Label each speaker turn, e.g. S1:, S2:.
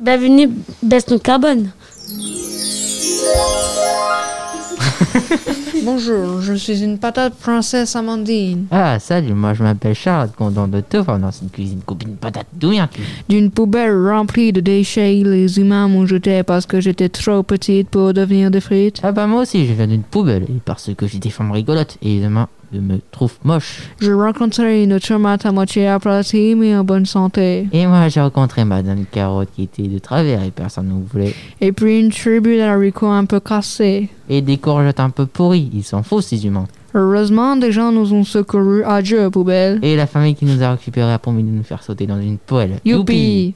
S1: Bienvenue, Beston Carbone.
S2: Bonjour, je suis une patate princesse Amandine.
S3: Ah, salut, moi je m'appelle Charles, condom de tout dans une cuisine copine patate douillante.
S2: D'une poubelle remplie de déchets, les humains m'ont jeté parce que j'étais trop petite pour devenir des frites.
S3: Ah bah moi aussi, je viens d'une poubelle, et parce que j'ai des formes rigolotes, et demain, je me trouve moche.
S2: Je rencontrais une tomate à moitié aplatie mais en bonne santé.
S3: Et moi, j'ai rencontré Madame Carotte qui était de travers, et personne ne voulait.
S2: Et puis une tribu d'haricots un peu cassés.
S3: Et des courgettes un peu pourries, ils s'en foutent ces humains.
S2: Heureusement, des gens nous ont secourus. Adieu, poubelle.
S3: Et la famille qui nous a récupérés a promis de nous faire sauter dans une poêle.
S2: Youpi